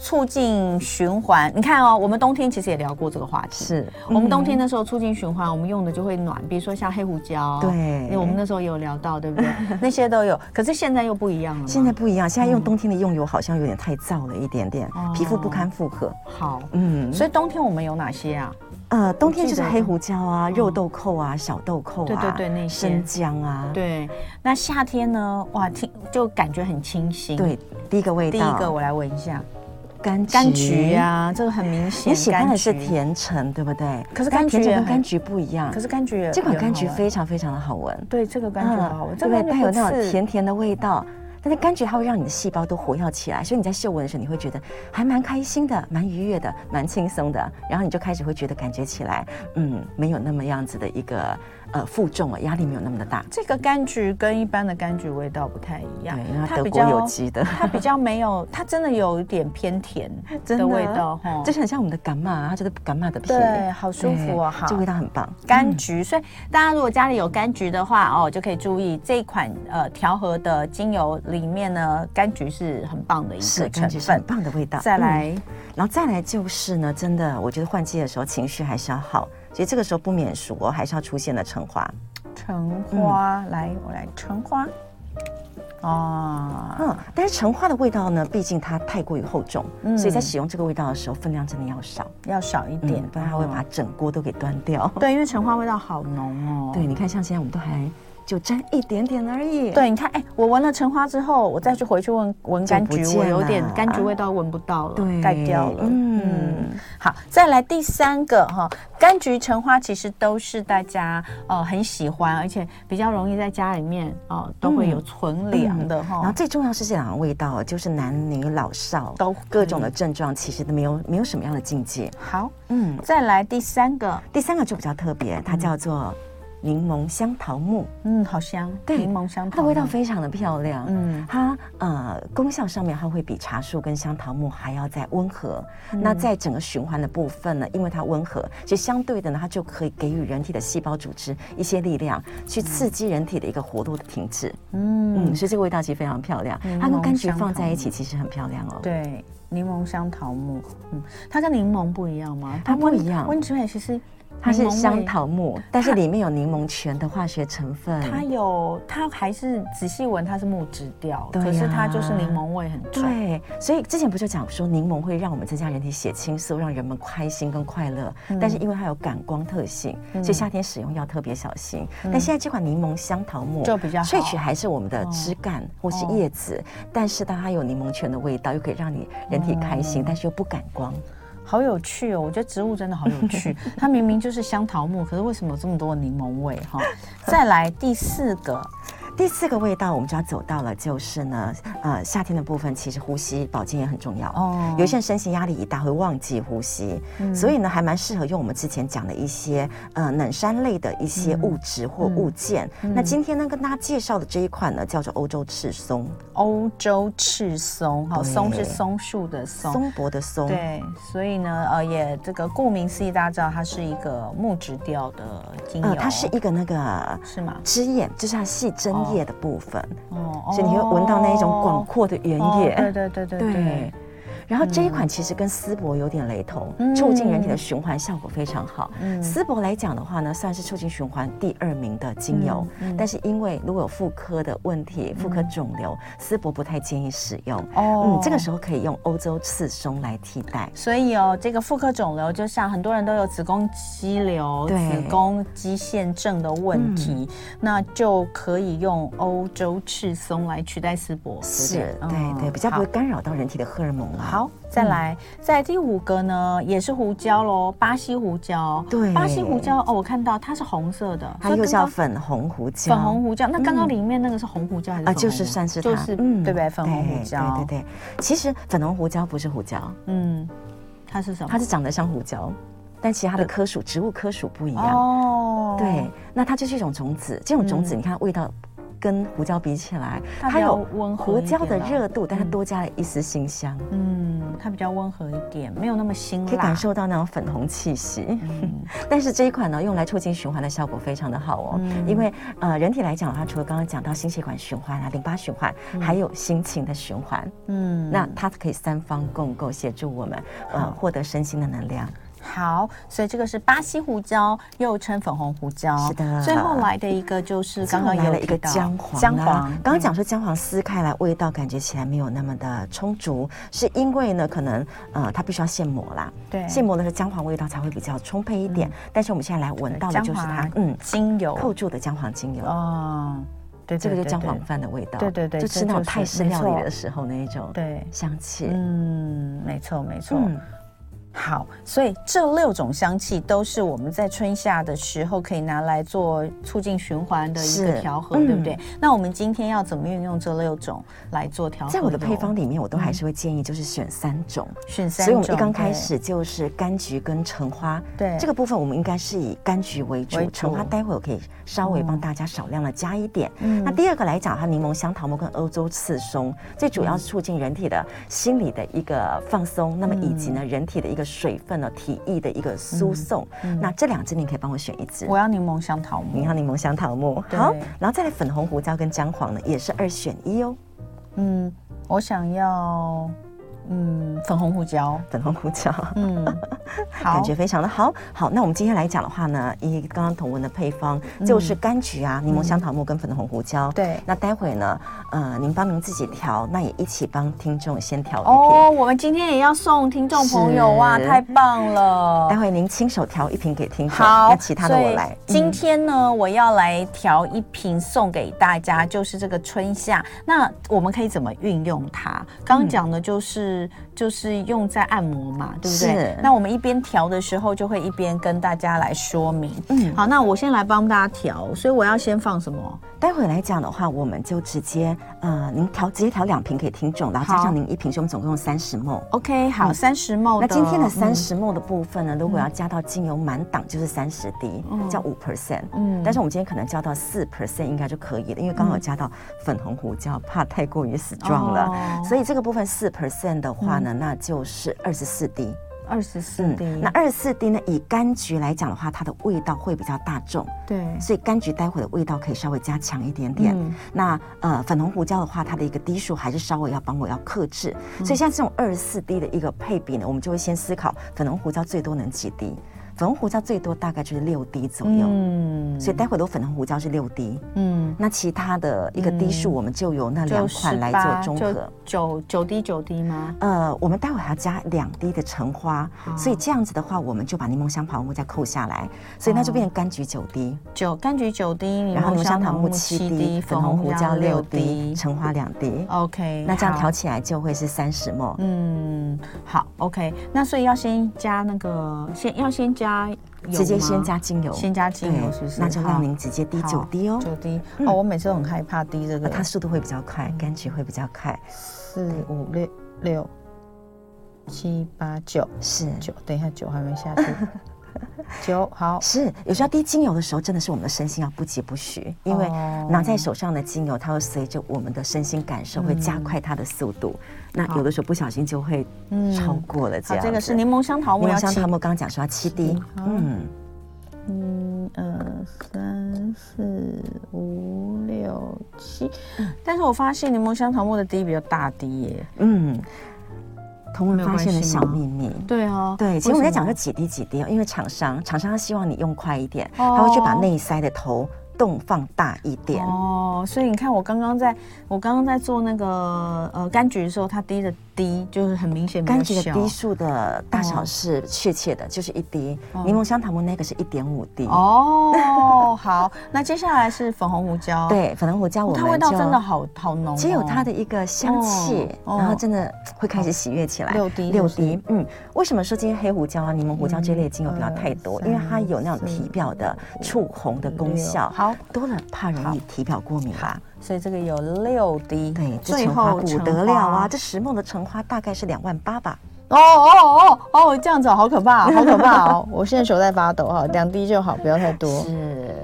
S2: 促进循环。你看哦，我们冬天其实也聊过这个话题，
S3: 是
S2: 我们冬天的时候促进循环，我们用的就会暖，比如说像黑胡椒，
S3: 对
S2: 因为哦哎我们那时候也有聊到，对不 对？那些都有，可是现在又不一样了嘛。
S3: 现在不一样，现在用冬天的用油好像有点太燥了一点点，
S2: 嗯哦
S3: 皮肤不堪负荷。
S2: 好，
S3: 嗯，
S2: 所以冬天我们有哪些啊？
S3: 呃，冬天
S2: 我
S3: 就
S2: 记
S3: 是
S2: 得嗯
S3: 黑胡椒啊、肉豆蔻啊、小豆蔻啊，
S2: 对对对那些
S3: 生姜啊，
S2: 对，那夏天呢？哇，听就感觉很清新。，
S3: 对，第一个味道，
S2: 第一个我来闻一下，
S3: 柑
S2: 柑橘，啊，这个很明显。
S3: 你喜欢的是
S2: 柑橘
S3: 甜橙，对不对？
S2: 可是
S3: 但
S2: 柑橘
S3: 甜橙
S2: 也
S3: 跟
S2: 很
S3: 柑橘不一样
S2: 可，是柑橘也
S3: 这款
S2: 也很
S3: 柑
S2: 好啊
S3: 橘
S2: 闻
S3: 非常非常的好闻，
S2: 对这个柑橘好
S3: 嗯
S2: 闻，这
S3: 对
S2: 个
S3: 不
S2: 柑
S3: 对？
S2: 橘
S3: 带有那
S2: 不
S3: 种
S2: 刺
S3: 甜甜的味道。但是柑橘它会让你的细胞都活跃起来，所以你在嗅闻的时候，你会觉得还蛮开心的，蛮愉悦的，蛮轻松的。然后你就开始会觉得感觉起来，嗯，没有那么样子的一个呃负重啊，压力没有那么的大。
S2: 这个柑橘跟一般的柑橘味道不太一
S3: 对
S2: 样，，
S3: 因为它德国有机的，
S2: 它比较没有，它真的有一点偏 甜的味道哈。
S3: 就是很像我们的橄榄啊，它就是橄榄的皮，
S2: 对，好舒服哦，
S3: 对
S2: 好。
S3: 这味道很棒。嗯
S2: 柑橘，所以大家如果家里有柑橘的话，哦，就可以注意这一款呃调和的精油里面呢，柑橘是很棒的一
S3: 是
S2: 个
S3: 柑
S2: 成
S3: 橘是很
S2: 分。
S3: 棒的味道。
S2: 再
S3: 嗯
S2: 来，
S3: 然后再来就是呢，真的，我觉得换季的时候情绪还是要好，所以这个时候不免俗哦，还是要出现了橙花。
S2: 橙花，
S3: 嗯
S2: 来，我来橙花，啊，
S3: 嗯，但是橙花的味道呢，毕竟它太过于厚重，
S2: 嗯
S3: 所以在使用这个味道的时候，分量真的要少，
S2: 要少一点
S3: 嗯，，不然它会把整锅都给端掉。
S2: 对，因为橙花味道好浓哦。
S3: 对，你看像现在我们都还就沾一点点而已。，
S5: 对，你看，哎，我闻了橙花之后，我再去回去闻闻柑
S3: 不
S5: 橘，
S3: 见
S5: 我
S3: 了
S5: 有
S2: 有
S5: 点
S2: 点柑橘味道闻不到了。
S3: 对，
S5: 盖掉了
S3: 嗯，
S5: 好。
S2: 再来第三个哈，柑橘、橙花其实都是大家呃很喜欢，而且比较容易在家里面哦、呃都会有存粮的哈。
S3: 嗯然后最重要是这两个味道，就是男女老少
S2: 都
S3: 各种的症状，其实都没有没有什么样的境界。
S2: 好，
S3: 嗯，
S2: 再来第三个，
S3: 第三个就比较特别，它叫做柠檬香桃木，
S2: 嗯，好香，
S3: 对
S2: 柠檬香桃
S3: 它的
S2: 木
S3: 味道非常的漂亮。
S2: 嗯
S3: 它呃功效上面，它会比茶树跟香桃木还要再温和。
S2: 嗯
S3: 那在整个循环的部分呢，因为它温和，其实相对的呢，它就可以给予人体的细胞组织一些力量，去刺激人体的一个活动的停止。
S2: 嗯
S3: 嗯，所以这个味道其实非常漂亮
S2: 柠，
S3: 它跟
S2: 檬
S3: 柑橘
S2: 香
S3: 放在
S2: 桃
S3: 一起其实很漂亮哦。
S2: 对，柠檬香桃木，嗯，它跟柠檬不一样吗？
S3: 它不
S2: 温
S3: 一样
S2: 温之美其实
S3: 它是
S2: 柠檬味
S3: 香，桃木，但是里面有柠檬醛的化学成分。
S2: 它有它还是仔细闻它是木质调，
S3: 对
S2: 可是它就是
S3: 呀
S2: 柠檬味很重。
S3: 对，所以之前不就讲说柠檬会让我们增加人体血清素，让人们开心跟快乐。
S2: 嗯
S3: 但是因为它有感光特性，所以夏天使用要特别小心。但现在这款柠檬香桃木
S2: 嗯就比较好哦
S3: 萃取还是我们的枝干或是叶子，但是它有柠檬泉的味道，又可以让你人体开
S2: 哦
S3: 心，但是又不感光。
S2: 好有趣哦！我觉得植物真的好有 趣，它明明就是香桃木，可是为什么有这么多柠檬味 哈？再来第四个，
S3: 第四个味道，我们就要走到了，就是呢，呃，夏天的部分，其实呼吸保健也很重要。
S2: 哦嗯
S3: 哦，有一些人身心压力一大会忘记呼吸，所以呢，还蛮适合用我们之前讲的一些呃冷杉类的一些
S2: 嗯
S3: 物质或物件。那今天呢，跟大家介绍的这一款呢，叫做欧洲赤松，
S2: 欧洲赤松哈，
S3: 对
S2: 松是松树的松。
S3: 松柏的松。
S2: 对，所以呢，呃，也这个顾名思义，大家知道它是一个木质调的精油，
S3: 呃，它是一个那个
S2: 是吗？
S3: 枝叶，就是它细针叶的部分，
S2: 哦，
S3: 所以你会闻到那一种广阔的原野。
S2: 哦对对对 对对
S3: 对。然后这一款其实跟丝柏有点雷同，
S2: 嗯
S3: 促进人体的循环效果非常好。
S2: 嗯
S3: 丝柏来讲的话呢，算是促进循环第二名的精油，
S2: 嗯
S3: 但是因为如果有妇科的问题、妇科肿瘤，丝柏不太建议使用。
S2: 嗯哦
S3: 嗯，这个时候可以用欧洲刺松来替代。
S2: 所以哦，这个妇科肿瘤就像很多人都有子宫肌瘤、
S3: 对
S2: 子宫肌腺症的问题，那就可以用欧洲赤松来取代丝柏，
S3: 是，
S2: 不
S3: 对对，比较
S2: 嗯
S3: 不。会干扰到人体的荷尔蒙啊。
S2: 好，好，再来，再来第五个呢，也是胡椒喽，巴西胡椒。
S3: 对
S2: 巴西胡椒哦，我看到它是红色的，
S3: 它
S2: 所以
S3: 又
S2: 刚
S3: 叫
S2: 刚
S3: 粉红胡椒。
S2: 粉红胡椒。那刚刚里面那个是红胡椒还是
S3: 啊，
S2: 粉红
S3: 就
S2: 胡椒
S3: 是算是它，嗯
S2: 就是对不对？粉红胡椒，
S3: 对对对。其实粉红胡椒不是胡椒，
S2: 嗯，它是什么？
S3: 它是长得像胡椒，但其实它的呃科属植物科属不一样。
S2: 哦，嗯
S3: 对，那它就是一种种子，这种种子你看味道。跟胡椒比起来，
S2: 它
S3: 它
S2: 比较
S3: 有
S2: 温和
S3: 胡
S2: 一
S3: 椒的
S2: 点啦
S3: 热度，但它
S2: 嗯
S3: 多加了一丝辛香，
S2: 嗯，它比较温和一点，没有那么辛辣。嗯
S3: 可以感受到那种粉红气息。但是这一款呢，用来促进循环的效果非常的好哦，
S2: 嗯
S3: 因为呃，人体来讲的话，除了刚刚讲到心血管循环啊、淋巴循环，还有心情的循环，
S2: 嗯，
S3: 那它可以三方共构，协助我们呃获得身心的能量。
S2: 好，所以这个是巴西胡椒，又称粉红胡椒。
S3: 是的
S2: 最后来的一个就是刚刚也
S3: 来
S2: 有
S3: 了一个
S2: 提到
S3: 姜黄啦，啊
S2: 姜黄，啊嗯
S3: 刚刚讲说姜黄撕开来，味道感觉起来没有那么的充足，是因为呢，可能呃，它必须要现磨啦。
S2: 对嗯
S3: 现磨的时候姜黄味道才会比较充沛一点。但是我们现在来闻到的就是它
S2: 姜，黄
S3: 嗯，
S2: 精油
S3: 扣住的姜黄精油，
S2: 哦，对，
S3: 这个就
S2: 对
S3: 姜黄。饭的味道。
S2: 对对对
S3: 就
S2: 这
S3: 吃那种
S2: 就是
S3: 泰式
S2: 没
S3: 料理
S2: 错
S3: 的时候那一种
S2: 对对，
S3: 香气。
S2: 嗯，哦没错没错。
S3: 嗯，
S2: 好，所以这六种香气都是我们在春夏的时候可以拿来做促进循环的一个
S3: 是
S2: 调和，
S3: 嗯
S2: 对不对？那我们今天要怎么运用这六种来做调和呢？
S3: 在我的配方里面，我
S2: 嗯
S3: 都还是会建议就是选三种。
S2: 选三
S3: 所以
S2: 种，
S3: 我们一刚开
S2: 对
S3: 始就是柑橘跟橙花，
S2: 对
S3: 这个部分我们应该是以柑橘为主，
S2: 为主哦
S3: 橙花待会我可以稍微帮大家少量的加一点。
S2: 嗯
S3: 那第二个来讲，它柠檬香桃木跟欧洲刺松，最主要
S2: 嗯
S3: 是促进人体的心理的一个放松，那么以及呢
S2: 嗯
S3: 人体的一个水分呢体液的一个输送。那这两支你可以帮我选一支。
S2: 嗯我要柠檬香桃木
S3: 你。看柠檬香桃木，
S2: 对
S3: 好，然后再来粉红胡椒跟姜黄呢，也是二选一哦。
S2: 嗯，我想要嗯粉红胡椒。
S3: 粉红胡椒，
S2: 嗯，好
S3: 感觉非常的好。好，那我们今天来讲的话呢，以刚刚同文的配方，就是柑橘啊、柠檬香桃木跟粉红红胡椒。
S2: 嗯对
S3: 那待会呢，呃，您帮您自己调，那也一起帮听众先调一瓶。
S2: 哦，我们今天也要送听众朋友哇，
S3: 是
S2: 太棒了
S3: 待！会您亲手调一瓶给听众，
S2: 好，
S3: 那其他的
S2: 所
S3: 我
S2: 以
S3: 来。嗯
S2: 今天呢，我要来调一瓶送给大家，就是这个春夏。那我们可以怎么运用它？刚刚讲的就是、就是用在按摩嘛，对不对
S3: 是？
S2: 那我们一边调的时候，就会一边跟大家来说明。
S3: 嗯
S2: 好，那我先来帮大家调，所以我要先放什么？
S3: 待会来讲的话，我们就直接呃，您调直接调两瓶给听众，然后
S2: 好
S3: 加上您一瓶，所以我们总共三十 ml。
S2: OK，好，三十 ml
S3: 那今天的三
S2: 嗯
S3: 十 ml 的部分呢，如果要加到精油满档就是三十滴，叫五 percent。
S2: 嗯
S3: 嗯，但是我们今天可能加到四 percent 应该就可以了，因为刚好有加到粉红胡椒，怕太过于 strong
S2: 哦
S3: 了，所以这个部分四 percent 的话呢，那就是二十四滴。
S2: 二十四
S3: 嗯
S2: 滴，，
S3: 那二十四滴呢，以柑橘来讲的话，它的味道会比较大众。
S2: 对
S3: 所以柑橘待会的味道可以稍微加强一点点。
S2: 嗯
S3: 那呃，粉红胡椒的话，它的一个滴数还是稍微要帮我要克制。
S2: 嗯
S3: 所以像这种二十四滴的一个配比呢，我们就会先思考粉红胡椒最多能几滴？粉红胡椒最多大概就是六滴左右。
S2: 嗯
S3: 所以待会的粉红胡椒是六滴，
S2: 嗯。
S3: 那其他的一个滴数我们就由那两
S2: 就
S3: 款来
S2: 18
S3: 做综合。
S2: 就九九滴九滴吗？
S3: 呃，我们待会还要加两滴的橙花，
S2: 哦
S3: 所以这样子的话，我们就把柠檬香泡沫再扣下来，所以那就变成柑橘九滴。
S2: 九柑橘九滴，柠
S3: 然
S2: 哦
S3: 后
S2: 檬
S3: 柠檬香
S2: 香
S3: 糖
S2: 木
S3: 木七滴，粉红胡椒六滴，橙花两滴。
S2: OK，
S3: 那这
S2: 哦
S3: 样
S2: 好
S3: 调。起来就会是三十沫。
S2: 嗯，好，OK。那所以要先加那个，先要先加嗯油吗，
S3: 直接先加精油，
S2: 先加精油，
S3: 对
S2: 是不是？
S3: 那就让
S2: 好
S3: 您直接滴
S2: 好
S3: 九滴哦，呃
S2: 九滴。哦，我每次都很害怕滴这个，
S3: 啊它速度会比较快，
S2: 嗯
S3: 柑橘会比较快。
S2: 四五六六七八九
S3: 是
S2: 九，等一下九还没下 去，九好，
S3: 是，有时候滴精油的时候，真的是我们的身心要不疾不徐，因为
S2: 哦
S3: 拿在手上的精油，它会随着我们的身心感受会加快它的速度。那有的时候不小心就会
S2: 嗯
S3: 超过了这
S2: 好，
S3: 样子。
S2: 这个是柠檬香桃木
S3: 柠
S2: 要
S3: 檬香
S2: 起
S3: 汤姆刚刚讲说要七滴，嗯，
S2: 一二三四五六七，但是我发现柠檬香桃木的滴比较大滴耶。
S3: 嗯，同
S2: 没
S3: 文
S2: 有
S3: 发现
S2: 关
S3: 的
S2: 系
S3: 小
S2: 吗
S3: 秘密。
S2: 对啊
S3: 对，其实我们在讲说
S2: 这
S3: 几滴几滴哦，因为厂商厂商他希望你用快一点，
S2: 哦
S3: 他会去把内塞的头洞放大一点。
S2: 哦，所以你看我刚刚在我刚刚在做那个呃柑橘的时候，它滴的滴就是很明显比较
S3: 柑橘的
S2: 小
S3: 滴数的大小
S2: 哦
S3: 是确切的，就是一滴
S2: 哦。
S3: 柠檬香糖木那个是一点五滴。
S2: 哦，好，那接下来是粉红胡椒，
S3: 对，粉红胡椒
S2: 哦，
S3: 我
S2: 它味
S3: 们
S2: 道
S3: 就
S2: 真的好好浓哦，
S3: 只有它的一个香气，
S2: 哦
S3: 然后
S2: 哦
S3: 真的会开始喜悦起来。
S2: 六滴
S3: 六
S2: 是不是
S3: 滴，嗯，为什么说今天黑胡椒啊、柠檬胡椒这类的精油不要太多？
S2: 一二
S3: 因为它有那种
S2: 三四
S3: 体表的触红的功
S2: 六
S3: 效，
S2: 好，
S3: 多了怕容易体表过敏吧。
S2: 所以这个有六滴，
S3: 对，这
S2: 最
S3: 橙花
S2: 后
S3: 不
S2: 橙
S3: 得了
S2: 花
S3: 啊！这十梦的橙花大概是两万八吧。
S2: 哦哦哦哦，这样子哦好可怕 哦，好可怕哦！我现在手在发抖哈，两滴就好，不要太多。
S3: 是，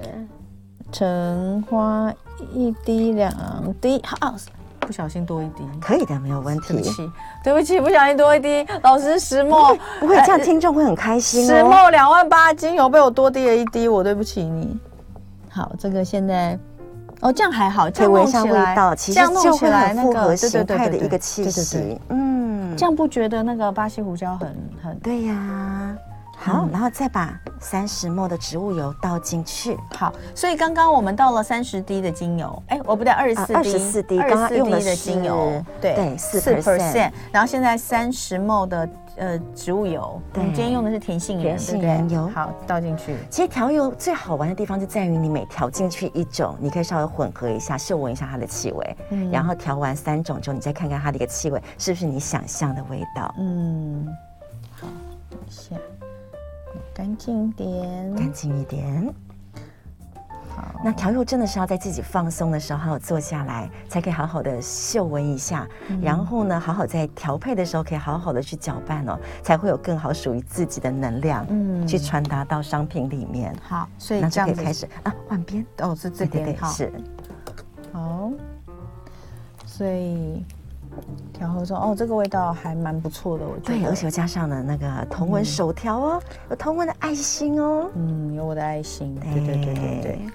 S2: 橙花一滴两滴，好，哦不小心多一滴，
S3: 可以的，没有问
S2: 对不
S3: 题。
S2: 起，对不起，不小心多一滴。老师石墨，
S3: 不会这样，
S2: 呃
S3: 听众会很开心
S2: 石
S3: 哦。
S2: 墨两万八精油被我多滴了一滴，我对不起你。好，这个现在。哦，这样还好，这样
S3: 可以闻
S2: 弄
S3: 一下
S2: 起
S3: 味
S2: 来
S3: 道，其
S2: 这
S3: 实
S2: 样弄
S3: 就
S2: 起
S3: 会
S2: 来
S3: 很
S2: 那
S3: 复
S2: 个
S3: 合
S2: 对对
S3: 形
S2: 对
S3: 态的
S2: 对
S3: 一
S2: 对
S3: 个气
S2: 对对对
S3: 息。嗯，
S2: 这样不觉得那个巴西胡椒很很
S3: 对呀。
S2: 嗯
S3: 好，然后再把三十沫的植物油倒进去，
S2: 好，所以刚刚我们到了三十滴的精油，哎，我不对，二十四滴，
S3: 啊24滴
S2: 二
S3: 刚
S2: 十
S3: 刚用的
S2: 滴的
S3: 是
S2: 精油，对
S3: 对4%
S2: percent，然后现在三十 ml 的呃植物油，我
S3: 对
S2: 们今天用的是甜杏仁，
S3: 甜
S2: 对不
S3: 杏
S2: 对
S3: 仁油
S2: 好，倒进去，
S3: 其实调油最好玩的地方就在于你每调进去一种，你可以稍微混合一下，嗅闻一下它的气味，
S2: 嗯
S3: 然后调完三种之后，你再看看它的一个气味是不是你想象的味道。
S2: 嗯，好，等一下，干净一点
S3: 干，净一点。
S2: 嗯好，
S3: 那调油真的是要在自己放松的时候，好好坐下来，才可以好好的嗅闻一下，
S2: 嗯
S3: 然后呢，好好在调配的时候可以好好的去搅拌哦，才会有更好属于自己的能量，
S2: 嗯
S3: 嗯，去传达到商品里面。
S2: 好，所以
S3: 那
S2: 这样
S3: 就可以
S2: 子
S3: 开始啊，换边。
S2: 哦，是这
S3: 对对
S2: 边
S3: 对，
S2: 好，
S3: 是
S2: 好，所以调和中，哦，这个味道还蛮不错的，我觉得，
S3: 对，而且又加上了那个同文手条哦，有同文的爱心哦。
S2: 嗯，有我的爱心，对对对对对，
S3: 哎，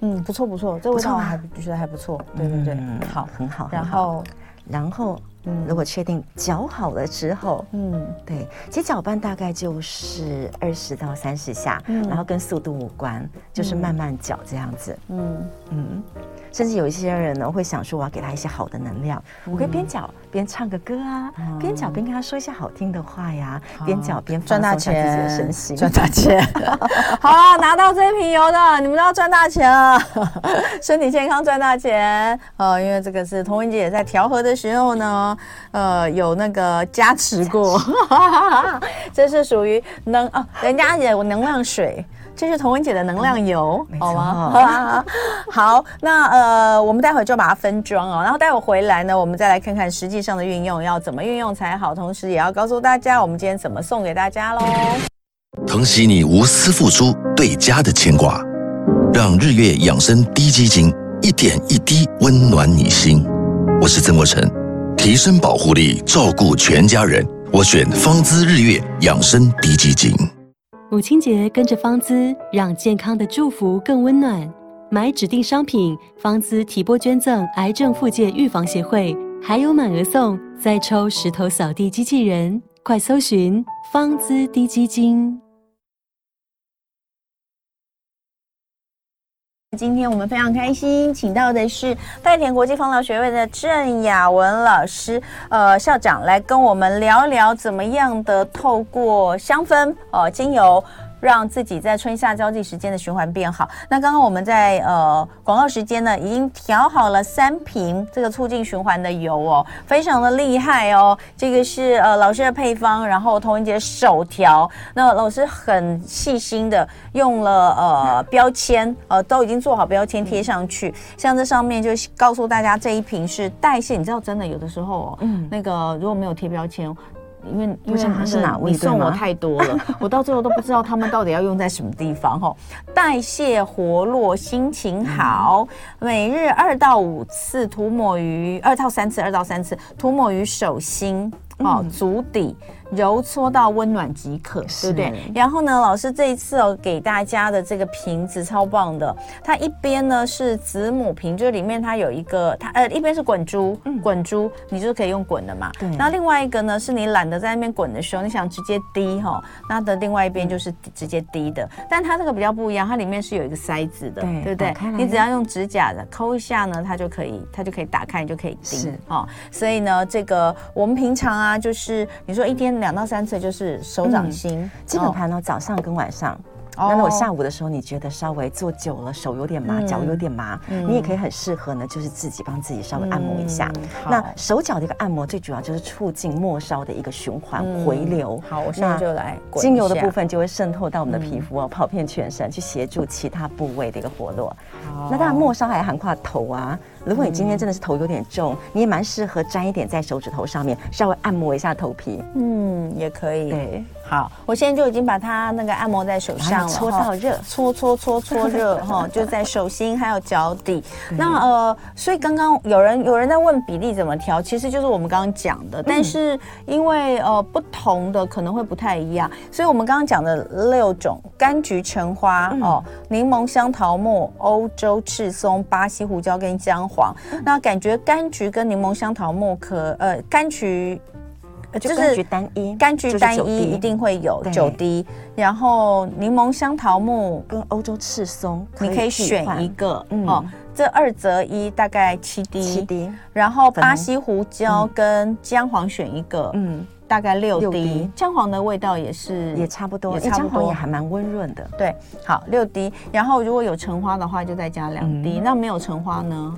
S2: 嗯，不错不错，这味
S3: 错
S2: 道
S3: 吧
S2: 还觉得还不错，对对对
S3: 嗯，
S2: 好，
S3: 很好。
S2: 然
S3: 很好
S2: 后
S3: 然后如果确定搅好了之后，
S2: 嗯
S3: 对，其实搅拌大概就是二十到三十下，然后跟速度无关，就是慢慢搅这样子。
S2: 嗯
S3: 嗯，甚至有一些人呢会想说，我要给他一些好的能量，我可以
S2: 嗯
S3: 边搅边唱个歌啊，
S2: 哦
S3: 边搅边跟他说一些好听的话呀，边搅边
S2: 赚大
S3: 放松一下自己的
S2: 钱
S3: 身心，
S2: 赚大钱。 好了，拿到这一瓶油的，你们都要赚大钱了， 身体健康赚大钱。呃，因为这个是童文姐在调和的时候呢，呃，有那个加持 过，这是属于能啊，人家有能量水。这是童文姐的能量油，
S3: 没
S2: 好吗？
S3: 错
S2: 好，那呃，我们待会儿就把它分装哦，然后待会儿回来呢，我们再来看看实际上的运用要怎么运用才好，同时也要告诉大家我们今天怎么送给大家喽。
S6: 疼惜你无私付出对家的牵挂，让日月养生低基金一点一滴温暖你心。我是曾国成，提升保护力，照顾全家人，我选芳姿日月养生低基金。
S7: 母亲节跟着芳姿，让健康的祝福更温暖。买指定商品，芳姿提拨捐赠癌症复健预防协会，还有满额送，再抽石头扫地机器人。快搜寻芳姿低基金。
S2: 今天我们非常开心，请到的是代田国际芳疗学会的郑雅文老师，呃，校长来跟我们聊聊怎么样的透过香氛、呃精油。让自己在春夏交际时间的循环变好。那刚刚我们在呃广告时间呢，已经调好了三瓶这个促进循环的油哦，非常的厉害哦。这个是呃老师的配方，然后童文杰手调。那老师很细心的用了呃标签，呃都已经做好标签贴上去。像这上面就是告诉大家这一瓶是代谢，你知道真的有的时候、哦，嗯
S3: 嗯，
S2: 那个如果没有贴标签。因为因
S3: 不
S2: 为
S3: 知道它是
S2: 那个
S3: 哪位
S2: 你送
S3: 对
S2: 我
S3: 吗
S2: 太多了，我到最后都不知道他们到底要用在什么地方哦。代谢活络，心情好，每日二到五次涂抹于二到三次，二到三次涂抹于手心哦，足底揉搓到温暖即可，对
S3: 是
S2: 不对？然后呢，老师这一次哦给大家的这个瓶子超棒的，它一边呢是子母瓶，就是里面它有一个它呃一边是滚珠，
S3: 嗯
S2: 滚珠你就是可以用滚的嘛。
S3: 对
S2: 那另外一个呢是你懒得在那边滚的时候，你想直接滴哈、那的另外一边
S3: 嗯
S2: 就是直接滴的，但它这个比较不一样，它里面是有一个塞子的，
S3: 对
S2: 对不对
S3: 打开？来
S2: 你只要用指甲的抠一下呢，它就可以它就可以打开，你就可以滴
S3: 是
S2: 哦。所以呢，这个我们平常啊，就是你说一天两到三次，就是手掌
S3: 嗯
S2: 心，
S3: 基本
S2: 哦
S3: 盘呢，早上跟晚上。
S2: 哦
S3: 那如果下午的时候，你觉得稍微坐久了，手有点麻，
S2: 嗯
S3: 脚有点麻，
S2: 嗯
S3: 你也可以很适合呢，就是自己帮自己稍微按摩一下。
S2: 嗯好
S3: 那手脚的一个按摩，最主要就是促进末梢的一个循环
S2: 嗯
S3: 回流。
S2: 好，我现在
S3: 那
S2: 就来滚一
S3: 精油的
S2: 下嗯
S3: 部。分就会渗透到我们的皮肤哦，跑遍全身，去协助其他部位的一个活络。那当然，末梢还涵括头啊。如果你今天真的是头有点重，你也蛮适合沾一点在手指头上面，稍微按摩一下头皮。
S2: 嗯，也可以。
S3: 对，
S2: 好，我现在就已经把它那个按摩在手上
S3: 然
S2: 了，
S3: 后搓
S2: 哈
S3: 到热
S2: 搓搓搓 搓热哈，就在手心还有脚底。那呃，所以刚刚有人有人在问比例怎么调，其实就是我们刚刚讲的，但是
S3: 嗯
S2: 因为呃不同的可能会不太一样，所以我们刚刚讲的六种：柑橘、橙花、
S3: 嗯
S2: 哦、柠檬、香桃木、欧洲赤松、巴西胡椒跟姜黄。
S3: 嗯
S2: 那感觉柑橘跟柠檬、香桃木可呃柑橘。呃
S3: 就柑橘单一，
S2: 柑橘单
S3: 就是九
S2: 一
S3: 滴
S2: 一定会有
S3: 对
S2: 九滴，然后柠檬香桃木，
S3: 跟欧洲赤松，
S2: 你可以
S3: 替
S2: 选
S3: 换
S2: 一个、
S3: 嗯
S2: 哦，这二择一大概七滴，
S3: 七滴，
S2: 然后
S3: 粉红
S2: 巴西胡椒跟姜黄选一个，嗯，
S3: 嗯，
S2: 大概六
S3: 六
S2: 滴
S3: 滴，
S2: 姜黄的味道也是
S3: 嗯也差不多，
S2: 也
S3: 因为
S2: 差不
S3: 姜黄
S2: 多
S3: 也还蛮温润的，
S2: 对，好六滴，然后如果有橙花的话就再加两滴，
S3: 嗯
S2: 那没有橙花呢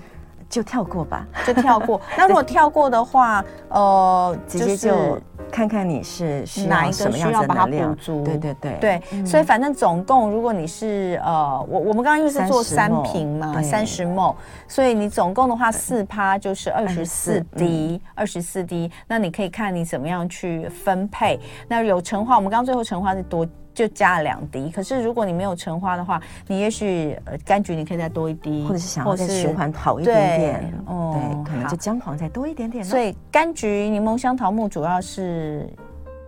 S3: 就跳过吧，
S2: 就跳过，那如果跳过的话，呃，
S3: 直接
S2: 是
S3: 就看看你是需
S2: 哪一
S3: 要
S2: 个
S3: 什么
S2: 需
S3: 样
S2: 要
S3: 子
S2: 把
S3: 的
S2: 它
S3: 能量
S2: 补足，
S3: 对对对
S2: 对，所
S3: 嗯
S2: 以反正总共，如果你是呃，我我们刚刚因为是做
S3: 30
S2: 三
S3: 梦
S2: 瓶嘛，
S3: 对
S2: 三十梦，所以你总共的话四趴就是二十四
S3: 嗯
S2: 滴，二十四滴，那你可以看你怎么样去分配。那有橙花，我们刚刚最后橙花是多。就加了两滴，可是如果你没有橙花的话，你也许呃柑橘你可以再多一滴，
S3: 或者是想要再
S2: 是
S3: 循环好一点
S2: 对
S3: 点，
S2: 哦
S3: 对，可能
S2: 好
S3: 就姜黄再多一点点咯。
S2: 所以柑橘、柠檬、香桃木主要是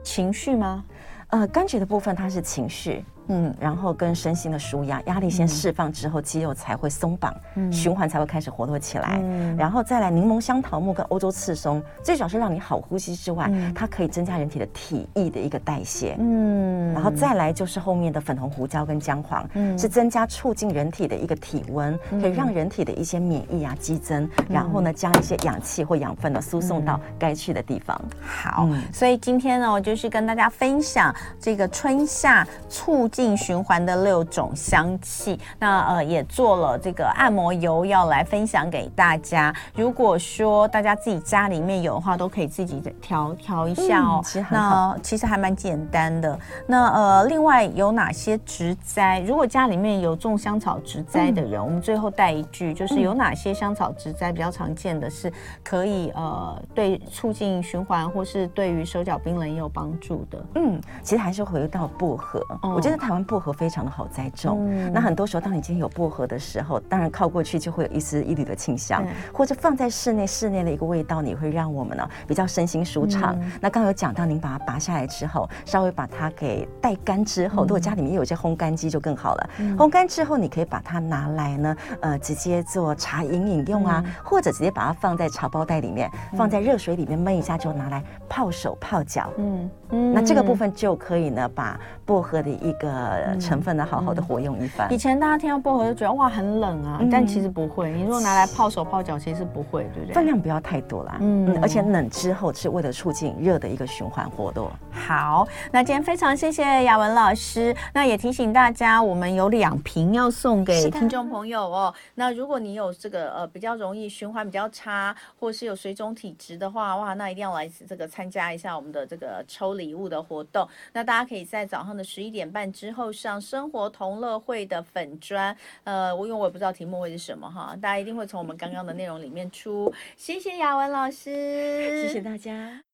S2: 情绪吗？
S3: 呃，柑橘的部分它是情绪，嗯，然后跟身心的舒压，压力先释放之后，肌肉才会松绑，循环才会开始活络起来。然后再来柠檬香桃木跟欧洲刺松，最主要是让你好呼吸之外，它可以增加人体的体液的一个代谢。
S5: 嗯，
S3: 然后再来就是后面的粉红胡椒跟姜黄，是增加促进人体的一个体温，可以让人体的一些免疫啊激增，然后呢将一些氧气或养分呢输送到该去的地方。
S2: 好，
S3: 嗯
S2: 所以今天呢，我就是跟大家分享这个春夏促进循环的六种香气。那呃，也做了这个按摩油要来分享给大家。如果说大家自己家里面有的话，都可以自己调调一下哦。
S3: 嗯其实很好
S2: 那其实还蛮简单的。那呃，另外有哪些植栽？如果家里面有种香草植栽
S3: 嗯
S2: 的人，我们最后带一句，就是有哪些香草植栽比较常见的是可以呃对促进循环或是对于手脚冰冷也有帮助的。
S3: 嗯，其实还是回到薄荷，
S2: 哦嗯
S3: 我觉得台湾薄荷非常的好栽种。那很多时候，当你今天有薄荷的时候，当然靠过去就会有一丝一缕的清香
S2: 对，
S3: 或者放在室内，室内的一个味道，你会让我们呢比较身心舒畅。
S2: 嗯
S3: 那刚刚有讲到，您把它拔下来之后，稍微把它给带干之
S2: 嗯
S3: 后，如果家里面有一些烘干机就更好了。烘干之后，你可以把它拿来呢，呃，直接做茶饮饮用
S2: 嗯
S3: 啊，或者直接把它放在茶包袋里面，放在热水里面焖一下，就拿来泡手泡脚。
S2: 嗯嗯
S3: 那这个部分就可以呢，把薄荷的一个成分呢，好好的活用一番
S2: 以。前大家听到薄荷就觉得哇很冷啊，
S3: 嗯
S2: 但其实不会。你如果拿来泡手泡脚，其实不会，对不对？
S3: 分量不要太多啦，
S2: 嗯
S3: 嗯，而且冷之后是为了促进热的一个循环活动。
S2: 好，那今天非常谢谢雅文老师。那也提醒大家，我们有两瓶要送给听众朋友哦。那如果你有这个呃比较容易循环比较差，或是有水肿体质的话，哇，那一定要来这个参加一下我们的这个抽礼物的活动。那大家可以在早上的十一点半之后上生活同乐会的粉砖，呃，我因为我也不知道题目会是什么哈，大家一定会从我们刚刚的内容里面出。谢谢雅文老师，
S3: 谢谢大家。